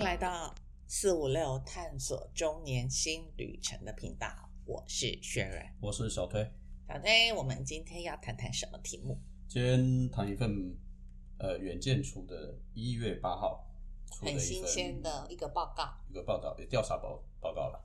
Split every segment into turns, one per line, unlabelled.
来到四五六探索中年新旅程的频道，我是雪人。
我是小推。
小推，我们今天要谈谈什么题目？
今天谈一份呃远见出的一月八号出的一
很
份
新鲜的一个报告。
一个报道，也调查报报告了。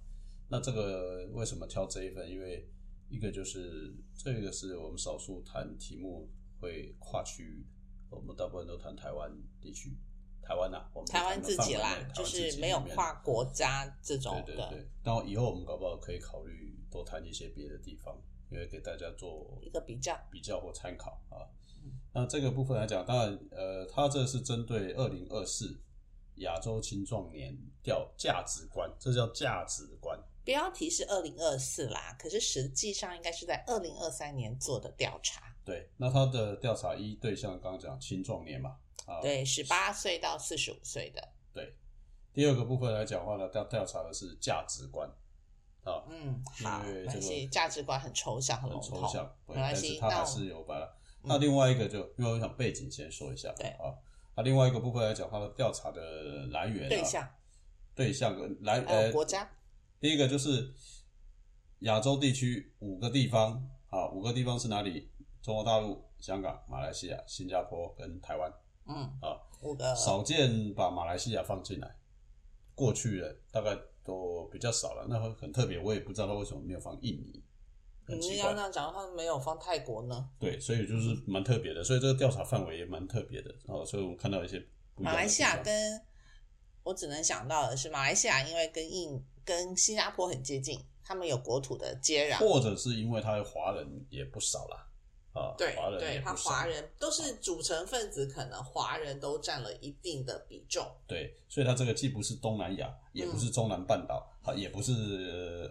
那这个为什么挑这一份？因为一个就是这个是我们少数谈题目会跨区域，我们大部分都谈台湾地区，台湾呐、啊我们
台湾自己
台
啦
湾，
就
哦自己
是没有
里面
跨国家这种
对对
的
对，然后以后我们搞不好可以考虑多谈一些别的地方，因为给大家做
一个比较。
比较或参考啊
嗯。
那这个部分来讲，当然，呃，它这是针对二零二四亚洲青壮年调价值观，这叫价值观。
标题是二零二四啦，可是实际上应该是在二零二三年做的调查，
对，那它的调查一对象刚刚讲青壮年嘛，啊，
对，十八岁到四十五岁的，
对。第二个部分来讲的话呢，调调查的是价值观啊，
嗯，好，
因
没
为这
关
个
系，价值观很抽象，
很
笼
抽象
统，，哦没
对
关
但是
系。
它
那
还
我
是有把它
嗯
那另外一个就，因为我想背景先说一下，
对
啊，那另外一个部分来讲，它的调查的来源、啊、
对象、
对象跟来
还有
呃
国家，
第一个就是亚洲地区五个地方啊，五个地方是哪里？中国大陆、香港、马来西亚、新加坡跟台湾。
嗯，
好
五个
少见把马来西亚放进来，过去的大概都比较少了，那会很特别，我也不知道他为什么没有放印尼，很
你
奇
要
怪
这。样讲，他没有放泰国呢。
对，所以就是蛮特别的，所以这个调查范围也蛮特别的哦，所以我们看到一些不一样的地
马
方
来西亚跟我只能想到的是，马来西亚因为跟印跟新加坡很接近，他们有国土的接壤，
或者是因为他的华人也不少啦，啊，
对
华人也
对，
不
他
少嗯
华人都是组成分子，可能华人都占了一定的比重。
对，所以它这个既不是东南亚，也
嗯
不是中南半岛，好，也不是，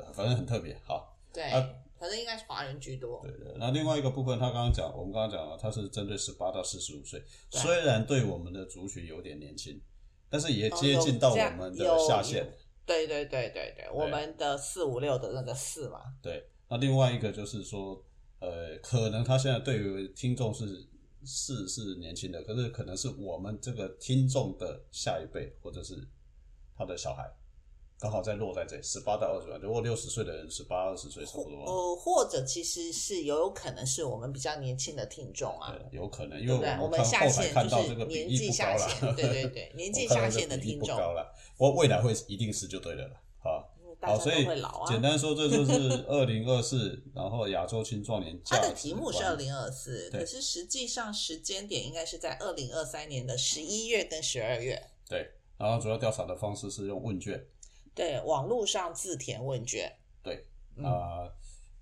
呃反正很特别。好，
对，
啊
反正应该是华人居多
对。的。那另外一个部分，他刚刚讲，我们刚刚讲了，它是针对十八到四十五岁，
对
虽然对我们的族群有点年轻，但是也
哦
接
有
近到
这
我
样
们的
有
下限。
对对对对对，我们的四五六的那个四嘛，
对，那另外一个就是说，呃，可能他现在对于听众是是是年轻的，可是可能是我们这个听众的下一辈，或者是他的小孩，刚好在落在这十八到二十岁，如果六十岁的人十八二十岁差不多，
呃，或者其实是有可能是我们比较年轻的听众啊
对，了，有可能，因
对
为我
不对？我
们
们
看
下
后台
线
看
就
到这
是
个比
年
例
纪
不高
下
了
限，， 对对对，年纪
我看
下
到这
线的
比例
听
不
众，
高了，我未来会一定是就对了啦，啊。
大
好，
家
所
都
以
会老啊
简。单说，这就是二零二四，然后亚洲青 壮年
它
价值观。
的题目是二零二四，
对
可是实际上时间点应该是在二零二三年的十一月跟十二月。
对，然后主要调查的方式是用问卷。
对，网络上自填问卷。
对，
嗯，
啊、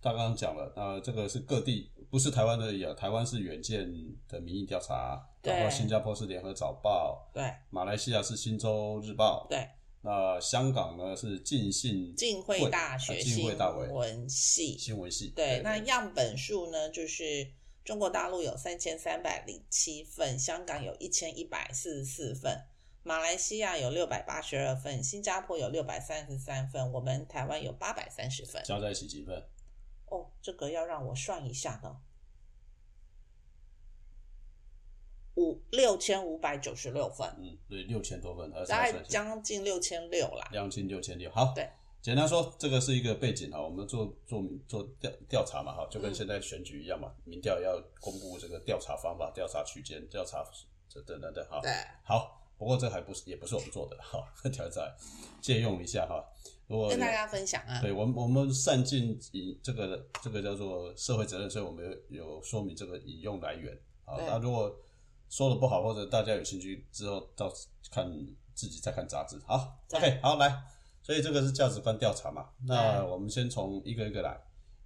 他刚刚讲了，呃，这个是各地，不是台湾的也，台湾是远见的民意调查，
对
然后新加坡是联合早报，
对
马来西亚是新洲日报，
对，
那、香港呢是浸信
浸会大
啊
学
浸
新
会大学
闻系。
新闻系。
对，那样本数呢，就是中国大陆有三千三百零七份，香港有一千一百四十四份，马来西亚有六百八十二份，新加坡有六百三十三份，我们台湾有八百三十份。
加在一起几份？
哦，这个要让我算一下的。五六千五百九十六份，
嗯，对，六千多份，
大概
二十
将近六千六啦。
两千六千六，好，
对，
简单说，这个是一个背景啊，我们做做做调调查嘛，哈，就跟现在选举一样嘛，
嗯
民调也要公布这个调查方法、调查区间、调查这等等等，哈，
对，
好，不过这还不是也不是我们做的哈， 调查借用一下哈，如果
跟大家分享啊。
哦对我们我们善尽引这个这个叫做社会责任，所以我们有有说明这个引用来源啊。
对
那如果说的不好，或者大家有兴趣之后到看自己再看杂志。好
对
，OK，好来，所以这个是价值观调查嘛。那我们先从一个一个来，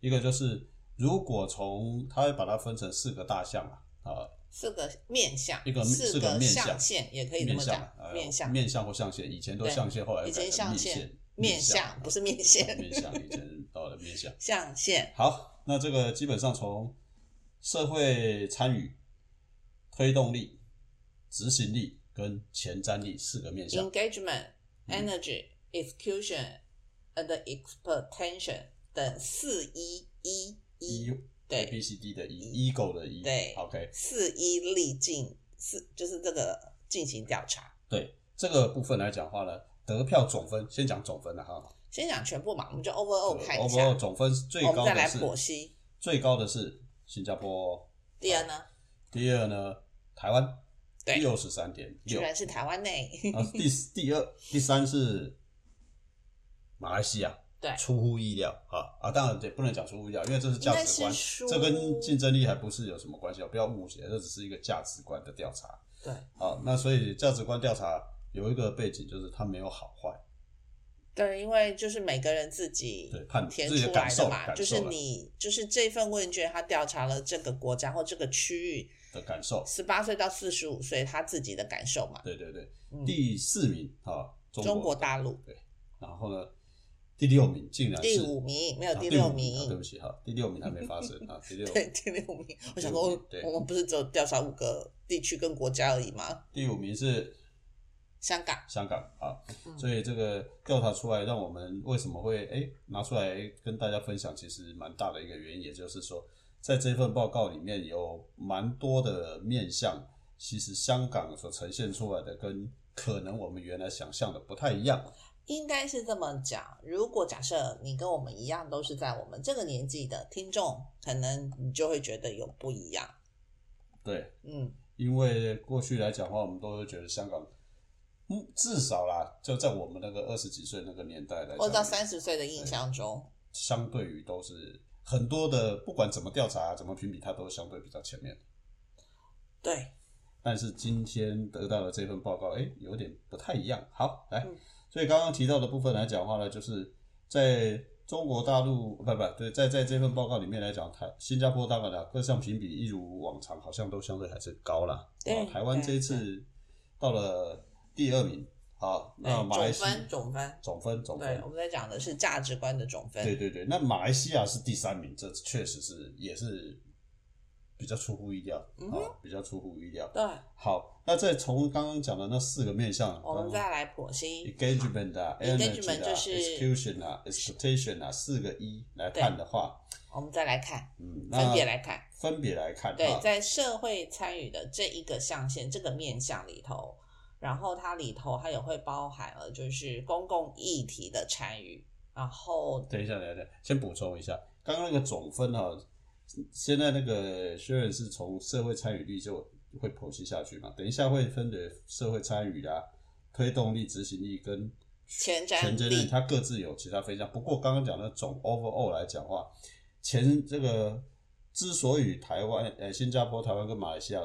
一个就是如果从它会把它分成四个大项嘛，啊，
四个面相，
一个
四
四个面相
象限，也可以这
面
么
相
讲
嘛，呃，
面相，
面相或象限，以前都
对
象限，后来
以
改成
前象
面
限
线
面相不是面线，
面相，以前到了面相。
象限，
好，那这个基本上从社会参与、推动力、执行力跟前瞻力四个面向。
engagement、
嗯
energy、execution and expectation 等四一一
一
一，
A B
对
C D 的一，ego 的一，
对
，OK，
四一历进四就是这个进行调查，
对这个部分来讲的话呢，得票总分，先讲总分了哈。
先讲全部嘛，我们就 overall 哦看一
o v
下
e 总分最
我们
高
再
的
来
是
剖析。
最高的是新加坡，
第二
啊
呢，
第二呢台湾
对
六十三点
居
六，
然是台湾 内，
然后第四第二第三是马来西亚，
对
出乎意料啊啊！当然也不能讲出乎意料，因为这是价值
应该是，
观
说
这跟竞争力还不是有什么关系哦，不要误解，这只是一个价值观的调查
对
啊。那所以价值观调查有一个背景，就是它没有好坏，
对，因为就是每个人自己
对判
填
自己
出
的
来
感受
的嘛，
感受
就是
啦
你就是这份问卷，他调查了这个国家或这个区域
的感受。
十八岁到四十五岁他自己的感受嘛。
对对对，
嗯
第四名啊，中
中国大陆
然后呢，第六名竟然是
第五名没有
啊
第
第
六
五啊对
名
不，起哈，第六名还没发生啊，第六
对第六名，我想说
第五名
我
对
我们不是只有调查五个地区跟国家而已吗？
第五名是
香港，
香港啊，
嗯
所以这个调查出来，让我们为什么会哎拿出来跟大家分享，其实蛮大的一个原因，也就是说，在这份报告里面有蛮多的面向，其实香港所呈现出来的跟可能我们原来想象的不太一样，
应该是这么讲。如果假设你跟我们一样都是在我们这个年纪的听众，可能你就会觉得有不一样。
对，
嗯，
因为过去来讲的话，我们都会觉得香港，嗯，至少啦，就在我们那个二十几岁那个年代来
或者到
讲，
三十岁的印象中，
相对于都是很多的，不管怎么调查、怎么评比，它都相对比较前面。
对，
但是今天得到的这份报告，哎，有点不太一样。好，来
嗯，
所以刚刚提到的部分来讲的话呢，就是在中国大陆，不不，对，在在这份报告里面来讲，台新加坡当然了，各项评比一如往常，好像都相对还是高啦。
对
啊台湾
对
这一次到了第二名，啊，那
对
马来
总
西亚
分总分，
总分总
对，
分
我，们在讲的是价值观的总分。
对对对，那马来西亚是第三名，这确实是也是比较出乎意料
嗯
啊
哼，
比较出乎意料。
对，
好，那再从刚刚讲的那四个面向，
我们
刚刚
再来剖析。
engagement 啊、energy
engagement
啊、
就是
execution 啊、expectation 啊四个一来
对
看的话，
我们再来看，
嗯，那
分别来看。
分别来看，
对，
啊
在社会参与的这一个象限、这个面向里头，然后它里头它也会包含了就是公共议题的参与，然后
等一下，等一下，先补充一下，刚刚那个总分啊，现在那个虽然是从社会参与率就会剖析下去嘛，等一下会分别社会参与啊、推动力、执行力跟
前瞻
前瞻
力
力，它各自有其他分项。不过刚刚讲的总 overall 来讲的话，前这个之所以台湾、呃新加坡、台湾跟马来西亚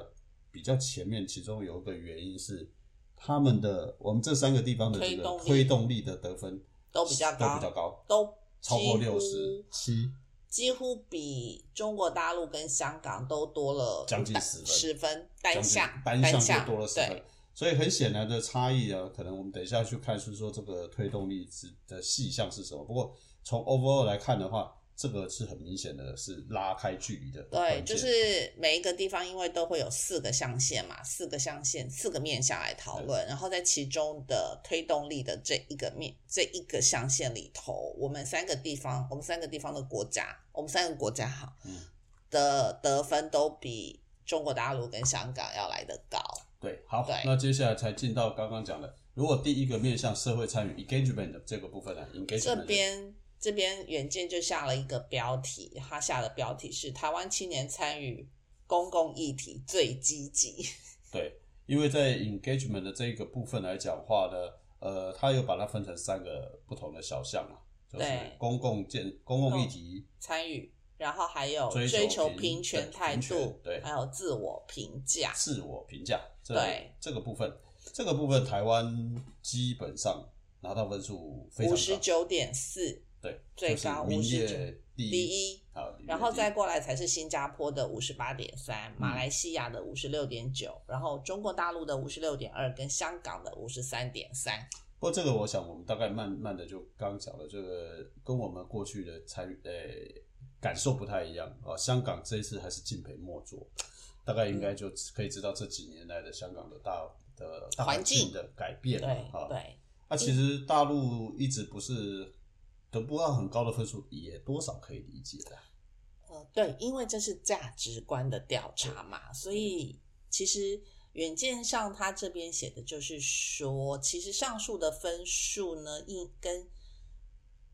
比较前面，其中有一个原因是他们的我们这三个地方的这
推
个
动力
推动力的得分
都比较高
都比较高。
都
超过
几乎
六十七，
几乎比中国大陆跟香港都多了
将
五
近
百
10分
十分单项
单项
单
就多了十
对
分，所以很显然的差异啊，可能我们等一下去看是说这个推动力值的细项是什么。不过从 overall 来看的话，这个是很明显的是拉开距离的关
对，
键。
就是每一个地方因为都会有四个象限嘛，四个象限四个面向来讨论，然后在其中的推动力的这一个面这一个象限里头，我们三个地方，我们三个地方的国家，我们三个国家哈、
嗯
的得分都比中国大陆跟香港要来得高。
对，好
对，
那接下来才进到刚刚讲的，如果第一个面向社会参与 engagement 的这个部分呢、engagement
这边这边远见就下了一个标题，他下的标题是台湾青年参与公共议题最积极。
对，因为在 engagement 的这一个部分来讲话呢，呃，它有把它分成三个不同的小项啊，就是
对
公共建、公共议题、
参与，然后还有
追求
追求
平
平权
对
态
平权
度，
对
还有自我评价，
自我评价这
对
这个部分，这个部分台湾基本上拿到分数非常
五
高，
十九点四，
对，
最
就是
高
名
59
列第
第一
啊，名列
然后
第一嗯
再过来才是新加坡的五十八点三，马来西亚的五十六点九，然后中国大陆的五十六点二，跟香港的五十三点三。
不过这个，我想我们大概慢慢的就刚讲了，这个跟我们过去的参与呃感受不太一样啊。香港这一次还是敬陪末座，大概应该就可以知道这几年来的香港的大的呃大
环境
的改变
对
了啊。
对，
那、其实大陆一直不是得不到很高的分数，也多少可以理解的。
呃，对，因为这是价值观的调查嘛，所以其实远见上他这边写的就是说，其实上述的分数呢，印跟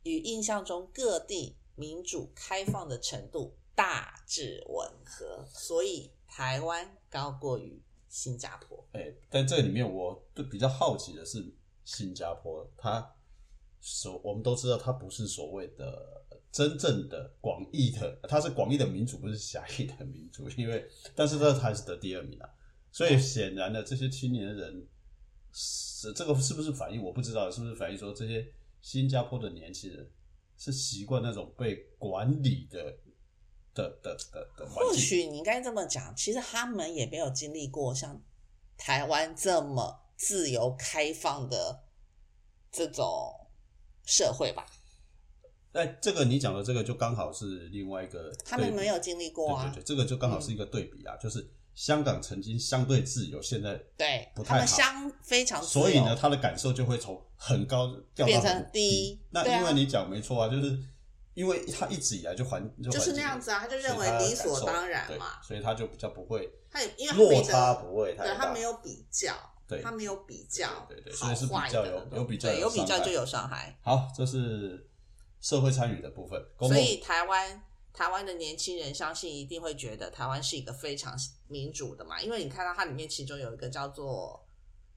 与印象中各地民主开放的程度大致吻合，所以台湾高过于新加坡。
哎、但这里面我对比较好奇的是，新加坡它所我们都知道，它不是所谓的真正的广义的，它是广义的民主，不是狭义的民主。因为，但是这还是得第二名啊。所以显然的，这些青年人是这个是不是反映我不知道，是不是反映说这些新加坡的年轻人是习惯那种被管理的的的的的环
或
境？
许你应该这么讲，其实他们也没有经历过像台湾这么自由开放的这种社会吧？
哎，这个你讲的这个就刚好是另外一个对比，
他们没有经历过啊
对对对，这个就刚好是一个对比啊，就是香港曾经相对自由，现在哦
对，
不
他
太
们
好
相非常自由
所以呢，他的感受就会从很高掉到
变
很
成低
那
对啊
因为你讲没错啊，就是因为他一直以来就环
就是那样子啊他就认为理所当然
嘛
嘛，
所以他就比较不会
他也因为他
落
没得
差不会太
对
大
他没。有比较，
对
他没有比较，
对对对
好
所以是比
坏
较
的
有
对
有比较
对
有
有比
伤
较
害
就有伤害，
好，这是社会参与的部分，公
所
共
以台湾台湾的年轻人相信一定会觉得台湾是一个非常民主的嘛，因为你看到它里面其中有一个叫做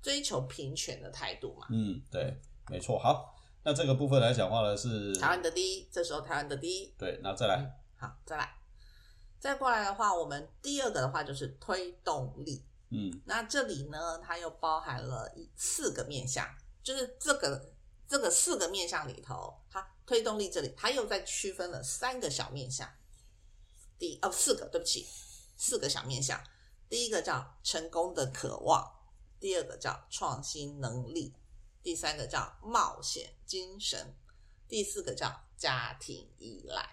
追求平权的态度嘛，
嗯，对，没错。好，那这个部分来讲话呢是
台湾的第一，这时候台湾的第一，
对，那再来。
好，再来，再过来的话，我们第二个的话就是推动力，
嗯，
那这里呢，它又包含了一四个面向，就是这个这个四个面向里头，它推动力这里，它又再区分了三个小面向。第哦，四个，对不起，四个小面向。第一个叫成功的渴望，第二个叫创新能力，第三个叫冒险精神，第四个叫家庭依赖。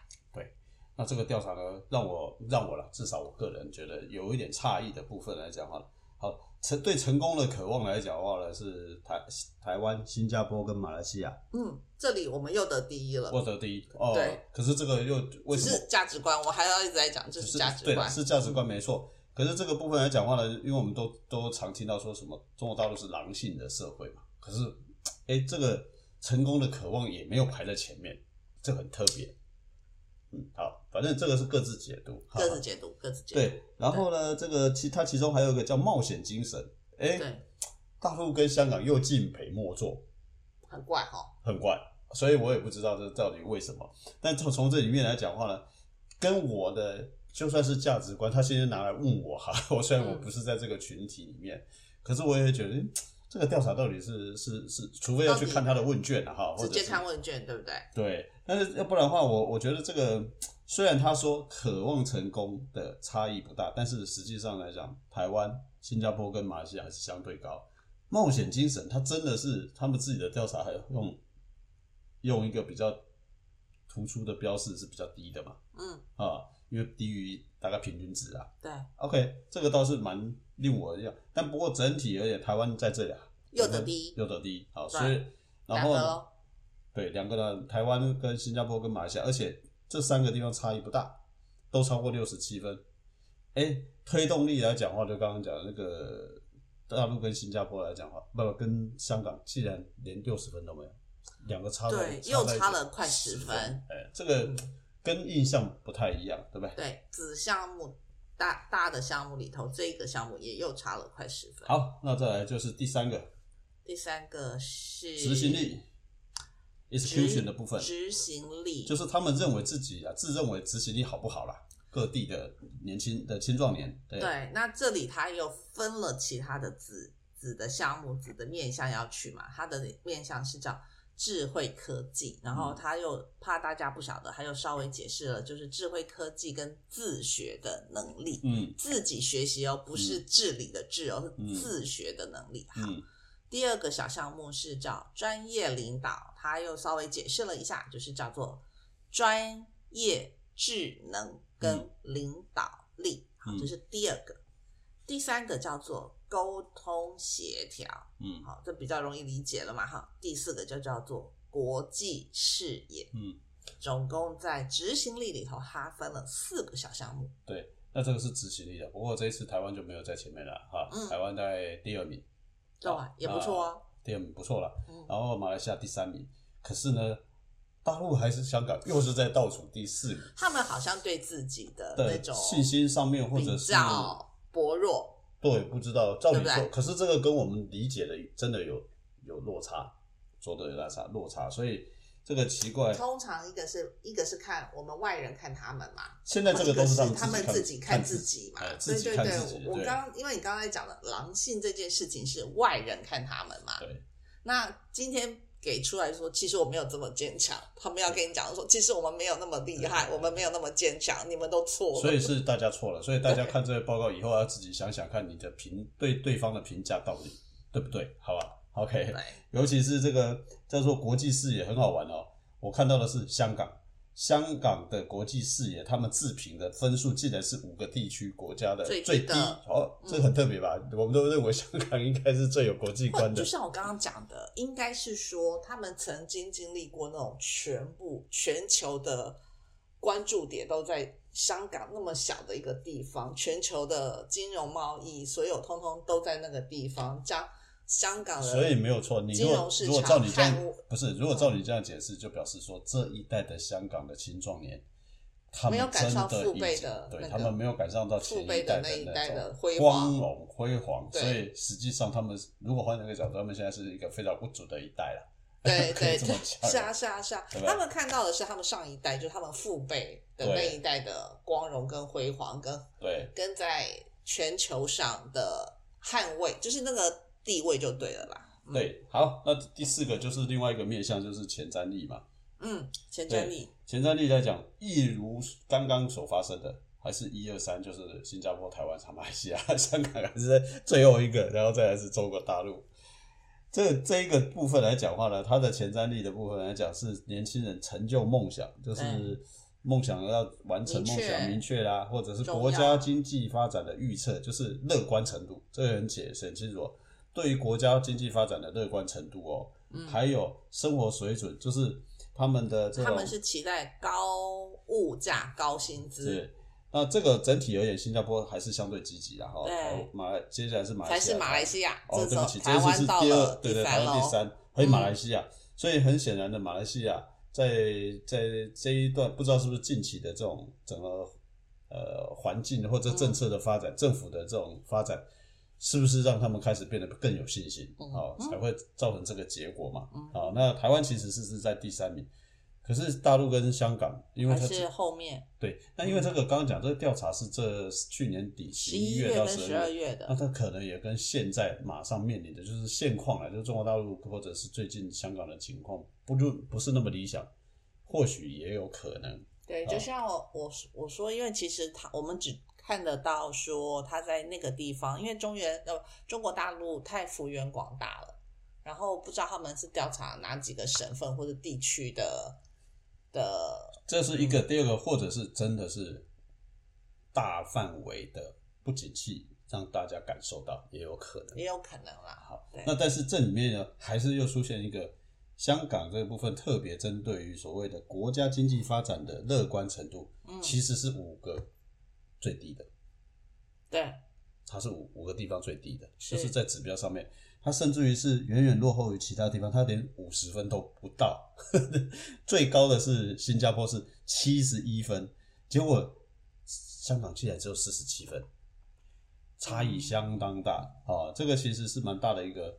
那这个调查呢，让我让我了，至少我个人觉得有一点诧异的部分来讲哈。好，成对成功的渴望来讲的话呢，是台台湾、新加坡跟马来 西亚
嗯，这里我们又得第一了，
获得第一。哦，
对。
可是这个又为
只
什么
是？价值观，我还要一直在讲，这
只
是价值
对
观，嗯
是价值观没错。可是这个部分来讲话呢，因为我们都都常听到说什么中国大陆是狼性的社会嘛，可是，哎，这个成功的渴望也没有排在前面，这很特别。嗯，好，反正这个是各自解读，好
各自解读，各自解读。
对，然后呢，这个其它其中还有一个叫冒险精神，哎，
对，
大陆跟香港又敬陪末座，
很怪哈。
很怪，所以我也不知道这到底为什么。但从从这里面来讲话呢，跟我的就算是价值观，他现在拿来问我哈， 我虽然我
嗯
不是在这个群体里面，可是我也会觉得嗯这个调查到底是是是，除非要去看他的问卷了哈，或
直
者
接
是
看问卷，对不对？
对，但是要不然的话，我我觉得这个虽然他说渴望成功的差异不大，但是实际上来讲，台湾、新加坡跟马来西亚还是相对高。冒险精神，他真的是他们自己的调查还用用一个比较突出的标示是比较低的嘛
嗯，
啊，因为低于大概平均值啊。
对，
OK，这个倒是蛮令我一样，但不过整体而言，台湾在这里啊，
又得第一，
又得第一，好，
对
所以然
两
后
个哦
呢
咯
对，两个呢，台湾跟新加坡跟马来西亚，而且这三个地方差异不大，都超过六十七分。哎，推动力来讲话，就刚刚讲的那个大陆跟新加坡来讲话，不不跟香港，既然连六十分都没有，两个差在
对又
在一起
差了快
10
10
分
分。
哎，这个
嗯
跟印象不太一样，对不对？
对子项目大大的项目里头，这个项目也又差了快十分。
好，那再来就是第三个
第三个是
执行力
执
，execution 的部分，
执行力
就是他们认为自己啊，自认为执行力好不好啦？各地的年轻的青壮年，对
对。那这里它又分了其他的子子的项目，子的面向要去嘛，它的面向是叫。智慧科技，然后
嗯
他又怕大家不晓得，他又稍微解释了，就是智慧科技跟自学的能力。
嗯
自己学习哦，不是治理的治哦，是
嗯
自学的能力。好，
嗯
第二个小项目是叫专业领导，他又稍微解释了一下，就是叫做专业智能跟领导力。好，
嗯
这是第二个。第三个叫做沟通协调，
嗯
好，这比较容易理解了嘛哈。第四个就叫做国际视野，
嗯，
总共在执行力里头，它分了四个小项目。
那这个是执行力的。不过这一次台湾就没有在前面了哈，
嗯
台湾在第二名，
对吧？也不错啊。
第二名不错了。
嗯，
然后马来西亚第三名，可是呢，大陆还是香港又是在倒数第四名
他们好像对自己的呃那
的
种
信心上面，或者
比
是
较薄弱，
对不知道，照理
对不
说，
对
可是这个跟我们理解的真的有有落差，说的有落差落差，所以这个奇怪，
通常一个是一个是看我们外人看他们嘛，
现在这
一
都
是
是
他
们
自
己
己
看
看自己嘛。
哎
对
自己
对
看自己
对，
的，
我
对
刚因为你刚才讲的狼性这件事情是外人看他们嘛，
对
那今天。给出来说，其实我没有这么坚强。他们要跟你讲说，其实我们没有那么厉害，我们没有那么坚强，你们都错了。
所以是大家错了，所以大家看这个报告以后要自己想想看你的评对对方的评价到底对不对，好吧？OK，
对，
尤其是这个叫做国际视野很好玩哦。我看到的是香港，香港的国际视野，他们自评的分数竟然是五个地区国家的
最低
最低，
的
哦，
嗯
这很特别吧？我们都认为香港应该是最有国际
或
观
就，
的
像我刚刚讲的，应该是说他们曾经经历过那种全部全球的关注点都在香港那么小的一个地方，全球的金融贸易所有通通都在那个地方，将香港人
所以没有错。你
呃金
如果
融市
如果
场嗯
照你这样
看我，
不是如果照你这样解释，就表示说这一代的香港的青壮年，他
没
们
有赶
真
上
的
父
已
辈
经
的
对
那
他
个
们没有赶上到前
父辈
代
的那一代
那
的
种
辉
光
煌
荣辉煌，
对
所以实际上他们如果换一个角度，他们现在是一个非常不足的一代了。
对
可以
对
这么
对，
讲
是啊是啊是啊
对，吧
他们看到的是他们上一代，就是他们父辈的
对
那一代的光荣跟辉煌跟
对
跟在全球上的捍卫，就是那个地位就对了啦。嗯，
对，好，那第四个就是另外一个面向，就是前瞻力嘛。
嗯，前瞻力，
前瞻力来讲，一如刚刚所发生的，还是一二三，就是新加坡、台湾、马来西亚、 香港还是在最后一个，然后再来是中国大陆。这这一个部分来讲话呢，它的前瞻力的部分来讲是年轻人成就梦想，就是
对
梦想要完成梦
明确
想明确啦，或者是
重
国家
要
经济发展的预测，就是乐观程度，这个很解释很清楚哦。对于国家经济发展的乐观程度哦，
嗯，
还有生活水准，就是他们的这种
他们是期待高物价、高薪资，
是，那这个整体而言，新加坡还是相对积极的哈。
对
台马来接下来是马来
才
西亚，
是马来西亚。这
哦，对
时
不
候
起，
台
这次
湾
是
到
第二，
了第
对
三嗯
对，台湾第
喽。
三，回马来西亚。所以很显然的，马来西亚在在这一段不知道是不是近期的这种整个呃环境或者政策的发展，
嗯
政府的这种发展，是不是让他们开始变得更有信心？
嗯
好、
嗯
才会造成这个结果嘛。
嗯
好、那台湾其实是是在第三名，可是大陆跟香港，因为
还
它
是后面
对，那因为这个刚刚讲这个调查是这去年底
十
十一
一
月
月
到
跟
十
十二
二月，
月
那
的，
它可能也跟现在马上面临的就是现况啊，就是中国大陆或者是最近香港的情况，不就不是那么理想，或许也有可能。
对，就像我我我说，因为其实他我们只看得到说他在那个地方，因为中原呃中国大陆太幅员广大了，然后不知道他们是调查哪几个省份或者地区的的
这是一个，
嗯
第二个或者是真的是大范围的不景气，让大家感受到也有可能
也。有可能啦。
好
对，
那但是这里面呢，还是又出现一个香港这个部分特别针对于所谓的国家经济发展的乐观程度，
嗯，
其实是五个最低的，
对，
它是五五个地方最低的，
是
就是在指标上面，它甚至于是远远落后于其他地方，它连五十分都不到， 最高的是新加坡是七十一分，结果香港竟然只有四十七分，差异相当大啊、哦这个其实是蛮大的一个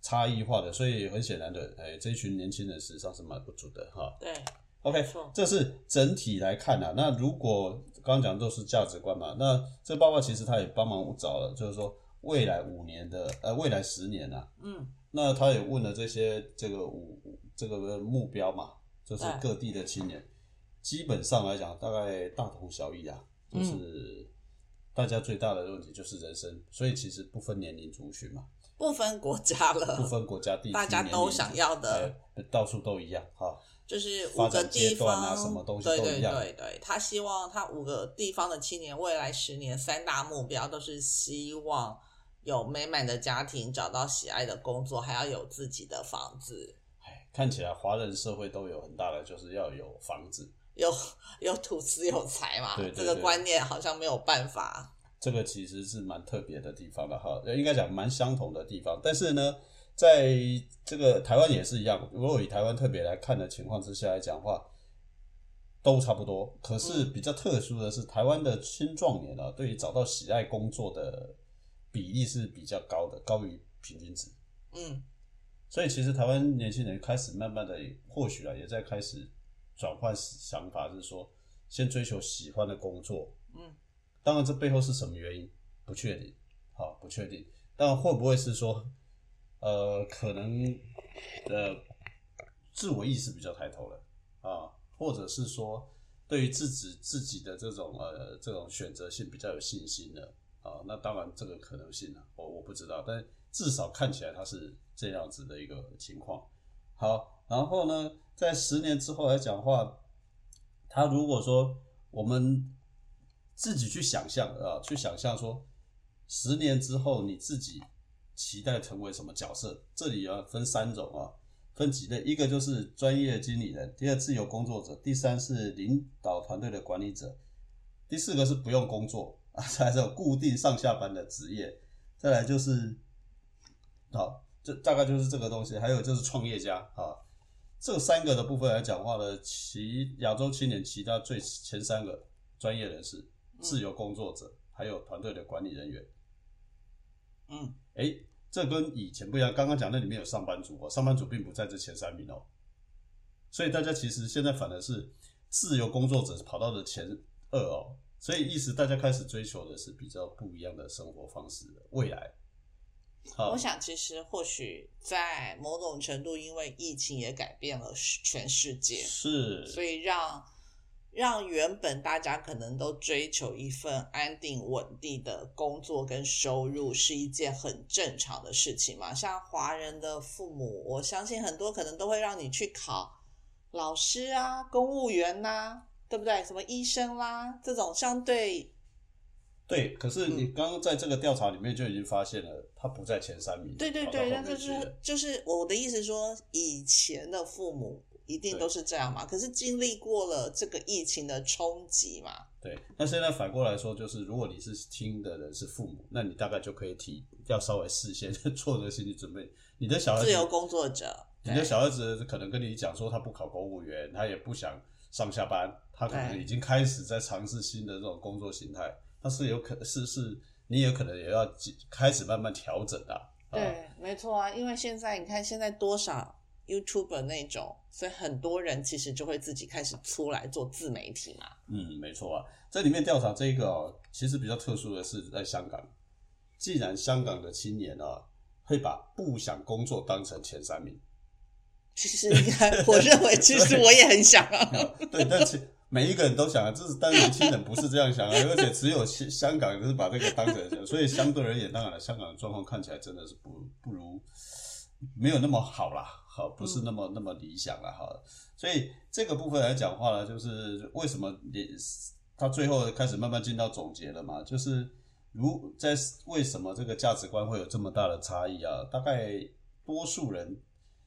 差异化的，所以很显然的，哎，这一群年轻人事实上是蛮不足的哈。
对，
OK，
没错
这是整体来看啊。那如果刚刚讲的都是价值观嘛，那这报告其实他也帮忙找了，就是说未来五年的呃未来十年啊，
嗯，
那他也问了这些这个五五这个目标嘛，就是
对
各地的青年，基本上来讲大概大同小异啊，就是大家最大的问题就是人生，所以其实不分年龄族群嘛，
不分国家了，
不分国家地区，
大家
年龄
都
族
想要的，
哎到处都一样哈。
就是
发
五个
展阶
地
段
方
啊什么东西
对
都一
对
样
对对，他希望他五个地方的青年未来十年三大目标都是希望有美满的家庭，找到喜爱的工作，还要有自己的房子。
哎，看起来华人社会都有很大的，就是要有房子，
有有土司有财嘛，
对对
这个
对
观念好像没有办法。
这个其实是蛮特别的地方的哈，呃应该讲蛮相同的地方。但是呢，在这个台湾也是一样，如果以台湾特别来看的情况之下来讲话，都差不多。可是比较特殊的是，台湾的青壮年啊，对于找到喜爱工作的比例是比较高的，高于平均值。
嗯
所以其实台湾年轻人开始慢慢的，或许啊，也在开始转换想法，就是说先追求喜欢的工作。
嗯，
当然这背后是什么原因不确定，好不确定。但会不会是说，呃，可能呃自我意识比较抬头了啊，或者是说对于自己自己的这种呃这种选择性比较有信心了。啊，那当然这个可能性呢、啊我我不知道，但至少看起来它是这样子的一个情况。好，然后呢，在十年之后来讲话，他如果说我们自己去想象啊，去想象说，十年之后你自己期待成为什么角色？这里要分三种啊，分几类，一个就是专业经理人，第二自由工作者，第三是领导团队的管理者，第四个是不用工作啊，再来是有固定上下班的职业，再来就是好，这大概就是这个东西，还有就是创业家啊，这三个的部分来讲话呢，其亚洲青年其他最前三个专业人士、自由工作者，还有团队的管理人员。
嗯，
诶，这跟以前不一样。刚刚讲那里面有上班族哦，上班族并不在这前三名哦。所以大家其实现在反而是自由工作者跑到了前二哦，所以意思大家开始追求的是比较不一样的生活方式了，未来。好
我，想其实或许在某种程度，因为疫情也改变了世全世界，
是，
所以让让原本大家可能都追求一份安定稳定的工作跟收入是一件很正常的事情嘛。像华人的父母，我相信很多可能都会让你去考老师啊、公务员呐、对不对？什么医生啦、这种相对
对，可是
嗯
你刚刚在这个调查里面就已经发现了，他不在前三名，
对对
跑到
对，
后
那就
面去
是
了
就是我的意思说，以前的父母一定
对
都是这样嘛。可是经历过了这个疫情的冲击嘛，
对。那现在反过来说，就是如果你是听的人是父母，那你大概就可以提要稍微事先 做个心理准备，你的小孩
自由
子，
工作者，
你
对
的小孩子可能跟你讲说他不考公务员，他也不想上下班，他可能
对
已经开始在尝试新的这种工作形态，但是有可是是你也可能也要几开始慢慢调整的、啊。
对，没错啊，因为现在你看，现在多少 YouTuber 那种，所以很多人其实就会自己开始出来做自媒体嘛。
嗯，没错啊。这里面调查这一个哦，其实比较特殊的是在香港，既然香港的青年啊会把不想工作当成前三名，
其实你 看，我认为其实我也很想啊。
啊对，但其每一个人都想啊，这是但年轻人不是这样想啊，而且只有香香港人是把这个当成，所以相对而言，当然了香港的状况看起来真的是不不如没有那么好啦，好不是那么、那么理想了哈。所以这个部分来讲话呢，就是为什么也他最后开始慢慢进到总结了嘛，就是如在为什么这个价值观会有这么大的差异啊？大概多数人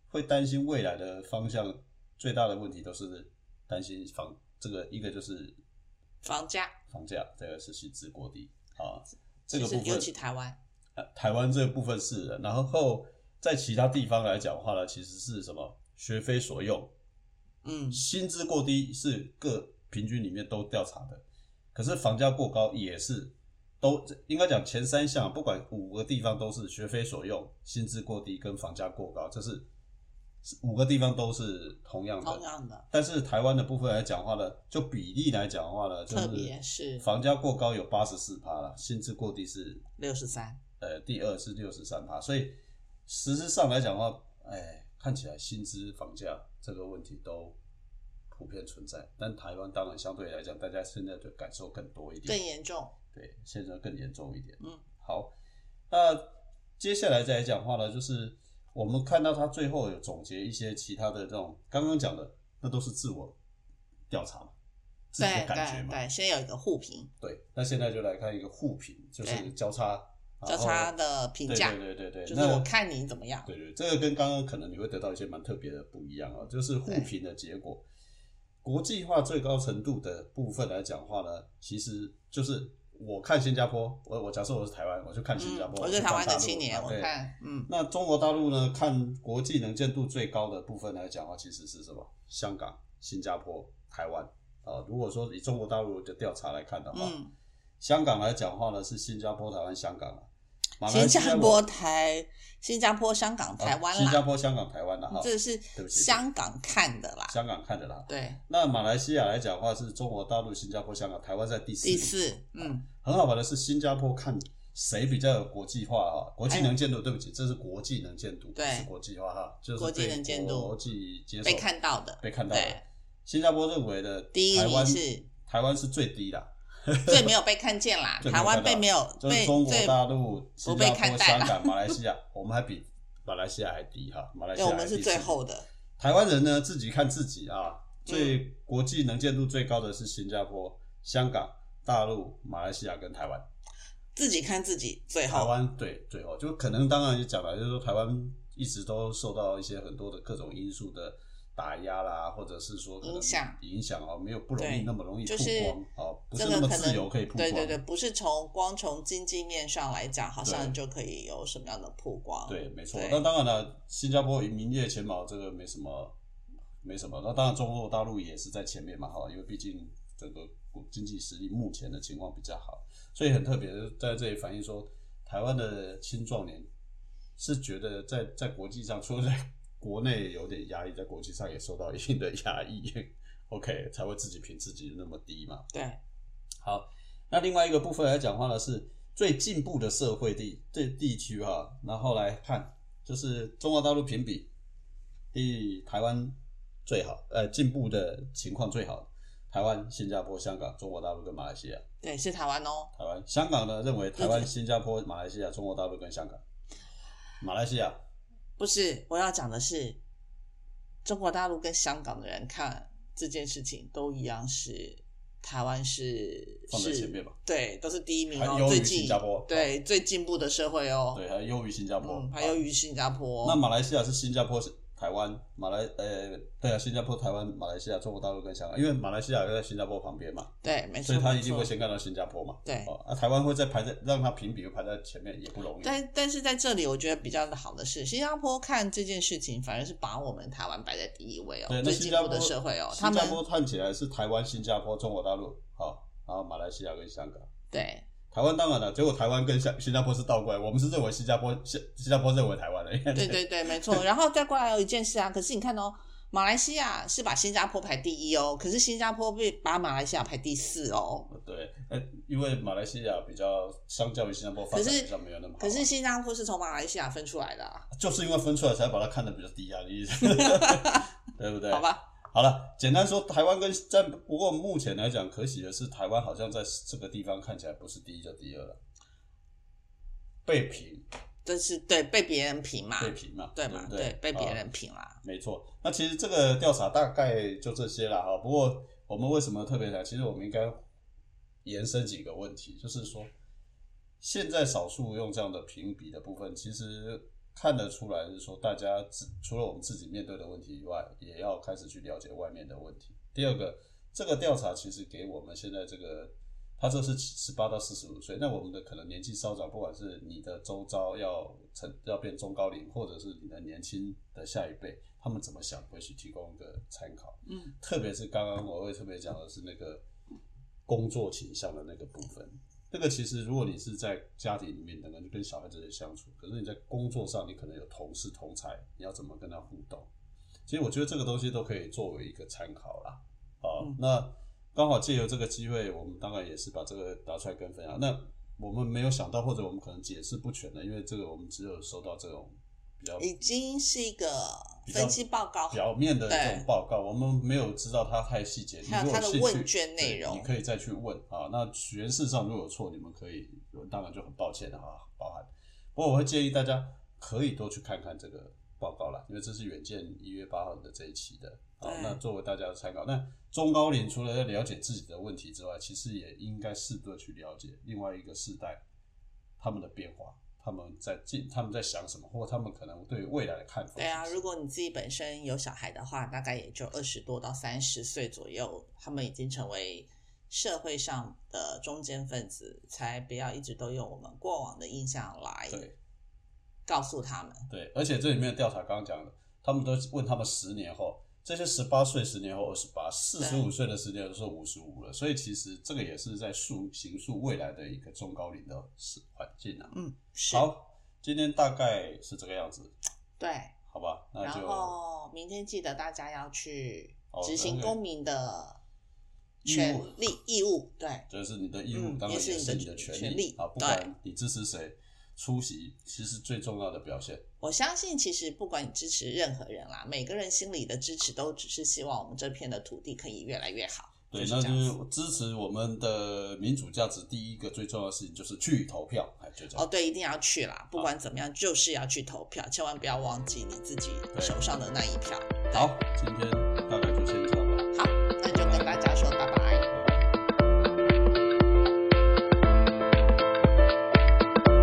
会担心未来的方向，最大的问题都是担心房这个一个就是
房价，
房价，这个是薪资过低啊，这
其
个
实
部
尤
分
其台湾，
呃台湾这部分是的，然后在其他地方来讲的话呢，其实是什么学非所用，
嗯，
薪资过低是各平均里面都调查的，可是房价过高也是都应该讲前三项，不管五个地方都是学非所用、薪资过低跟房价过高，这是是五个地方都是同样的。
同样的，
但是台湾的部分来讲话呢，就比例来讲话呢，就
特别是
房价过高有八十四趴了，薪资过低是
六十三，
呃第二是六十三趴，所以实质上来讲的话，哎，看起来薪资、房价这个问题都普遍存在，但台湾当然相对来讲，大家现在的感受更多一点，
更严重。
对，现在更严重一点。
嗯，
好，那接下来再来讲话呢，就是我们看到他最后有总结一些其他的这种刚刚讲的，那都是自我调查嘛，自己的
对
感觉
对
嘛。
对，先有一个互评，
对，那现在就来看一个互评，就是
对
交叉
交叉的评价，
然后哦对对对对对，
就是
那
我看你怎么样。
哦对对，这个跟刚刚可能你会得到一些蛮特别的不一样啊，就是互评的结果。国际化最高程度的部分来讲话呢，其实就是我看新加坡，我我假设我是台湾，我就看新加
嗯，
坡，
我
去
是台湾
大
的
陆啊
青年，我
对
看，嗯，
那中国大陆呢？看国际能见度最高的部分来讲的话，其实是什么？香港、新加坡、台湾啊、如果说以中国大陆的调查来看的话，
嗯，
香港来讲的话呢，是新加坡、台湾、香港了。马来
新
西亚
加坡、台、新加坡、香港、台
啊
湾
新加
啦，
坡、香港、台湾了哈。
这是
哦对不起
香港看的啦，
香港看着啦。
对，
那马来西亚来讲的话，是中国大陆、新加坡、香港、台湾在第四。
第。四，嗯，
很好玩的是，新加坡看谁比较有国际化啊？国际能见度，对不起，这是国际能见度，
对
不是国际化哈，就是
国际
被
能见度
国际接受
被看到的，
被看到的
对。
新加坡认为的
第一
台
名
湾
是
台湾是最低的，
最没有被看见啦，
最没
台
有
湾
看到
被没有
就是
被
中国
最
大陆、
不
新
被
加
看
坡、
待
香
啦
港、马来西亚，我们还比马来西亚还低哈，马来西
对，
亚
我
还
们是
第
最
四
后的，
台湾人呢，自己看自己啊，
嗯
最国际能见度最高的是新加坡、香港、大陆、马来西亚跟台湾。
自己看自己最
台
后，
湾对最后就可能当然也讲了，就是说台湾一直都受到一些很多的各种因素的打压啦，或者是说可能
影响
影响哦，没有不容易
对
那么容易曝
就是
光哦，不
这
是
个
那么
可
自
能
由可以曝光。
对对对，不是从光从经济面上来讲，好像
对
就可以有什么样的曝光，
对，没错
对。
那当然了，新加坡名列前茅，这个没什么，没什么。那当然，中国大陆也是在前面嘛，哈，因为毕竟整个国经济实力目前的情况比较好，所以很特别的在这里反映说，台湾的青壮年是觉得在在国际上，除了在国内有点压力，在国际上也受到一定的压抑 ，OK，才会自己评自己那么低嘛。
对，
好，那另外一个部分来讲话呢，是最进步的社会地这地区哈、然后来看就是中国大陆评比，第台湾最好，呃，进步的情况最好，台湾、新加坡、香港、中国大陆跟马来西亚。
对，是台湾哦，
台湾、香港呢认为台
对
湾、新加坡、马来西亚、中国大陆跟香港，马来西亚
不是，我要讲的是，中国大陆跟香港的人看这件事情都一样是。台湾是
放在
是
前面吧
对，都是第一名哦
还，优于
最进
新加坡
对最进步的社会哦，
对，还优于新加坡，
嗯，还有于新加坡，
那马来西亚是新加坡、台湾、马来呃，对啊，新加坡、台湾、马来西亚、中国大陆跟香港，因为马来西亚在新加坡旁边嘛，
对，没错，
所以他一定
没
会
错
先看到新加坡嘛。
对
哦，啊，台湾会在排在让他评比会排在前面也不容易。
但但是在这里，我觉得比较好的是，新加坡看这件事情，反而是把我们台湾摆在第一位哦
对，，那
最
新
进
加
步
坡
的社会哦，他们
新加坡看起来是台湾、新加坡、中国大陆，好、然后马来西亚跟香港。
对
台湾当然了，结果台湾跟香新加坡是倒过来，我们是认为新加坡新新加坡认为台湾的，
对对对，没错。然后再过来有一件事啊，可是你看哦，马来西亚是把新加坡排第一哦，可是新加坡被把马来西亚排第四哦。
对，呃，因为马来西亚比较相较于新加坡发
可
展
是
比较没有那么好啊。
可是新加坡是从马来西亚分出来的、啊，
就是因为分出来才把它看得比较低啊，你 对不对？
好，吧？
好了，简单说，台湾跟在不过目前来讲，可喜的是，台湾好像在这个地方看起来不是第一就第二了，被评
这是对被别人评嘛，
被评嘛，
对
对
嘛？
不
啊对，被别
啊
人评啦。
没错。那其实这个调查大概就这些啦哈。不过我们为什么特别讲？其实我们应该延伸几个问题，就是说，现在少数用这样的评比的部分，其实看得出来是说，大家自除了我们自己面对的问题以外，也要开始去了解外面的问题。第二个，这个调查其实给我们现在这个。他这是十八到四十五岁，那我们的可能年纪稍长，不管是你的周遭要成要变中高龄，或者是你的年轻的下一辈，他们怎么想，或许提供一个参考。
嗯，
特别是刚刚我会特别讲的是那个工作倾向的那个部分，那个其实如果你是在家庭里面能够跟小孩子相处，可是你在工作上你可能有同事同才，你要怎么跟他互动？其实我觉得这个东西都可以作为一个参考啦。啊，
嗯
那刚好借由这个机会，我们当然也是把这个拿出来跟分享。那我们没有想到，或者我们可能解释不全的，因为这个我们只有收到这种比较
已经是一个
比较
分析报告，
表面的这
对
种报告，我们没有知道它太细节。
还有
你如果
它的
兴趣
问卷内
对
容
你可以再去问啊。那原事上如果有错，你们可以，当然就很抱歉的哈，包含。不过我会建议大家可以多去看看这个报告啦，因为这是远见一月八号的这一期的啊
对。
那作为大家的参考，那中高龄除了要了解自己的问题之外，其实也应该适度地去了解另外一个世代他们的变化，他们在进他们在想什么，或他们可能对未来的看法。
对啊，如果你自己本身有小孩的话，大概也就二十多到三十岁左右，他们已经成为社会上的中间分子，才不要一直都用我们过往的印象来
对
告诉他们。
对，而且这里面的调查刚刚讲的，他们都问他们十年后，这些十八岁十年后二十八，四十五岁的十年后是五十五了，所以其实这个也是在塑形塑未来的一个中高龄的时环境啊。
嗯，是，
好，今天大概是这个样子，
对。
好吧？那
然
就
后明天记得大家要去
哦
执行
那个
公民的
义
权
务
利义务，对，
这是你的义务，
嗯
当然
也是
也
你
是
的
你的权
权
利
利
啊。不
对
管你支持谁，出席其实最重要的表现。
我相信，其实不管你支持任何人啦，每个人心里的支持都只是希望我们这片的土地可以越来越好。
对，
是
那
这样子。
就是支持我们的民主价值。第一个最重要的事情就是去投票，哎，就这
哦，
样。
对，一定要去啦！不管怎么样，就是要去投票，千万不要忘记你自己手上的那一票。对
好，今天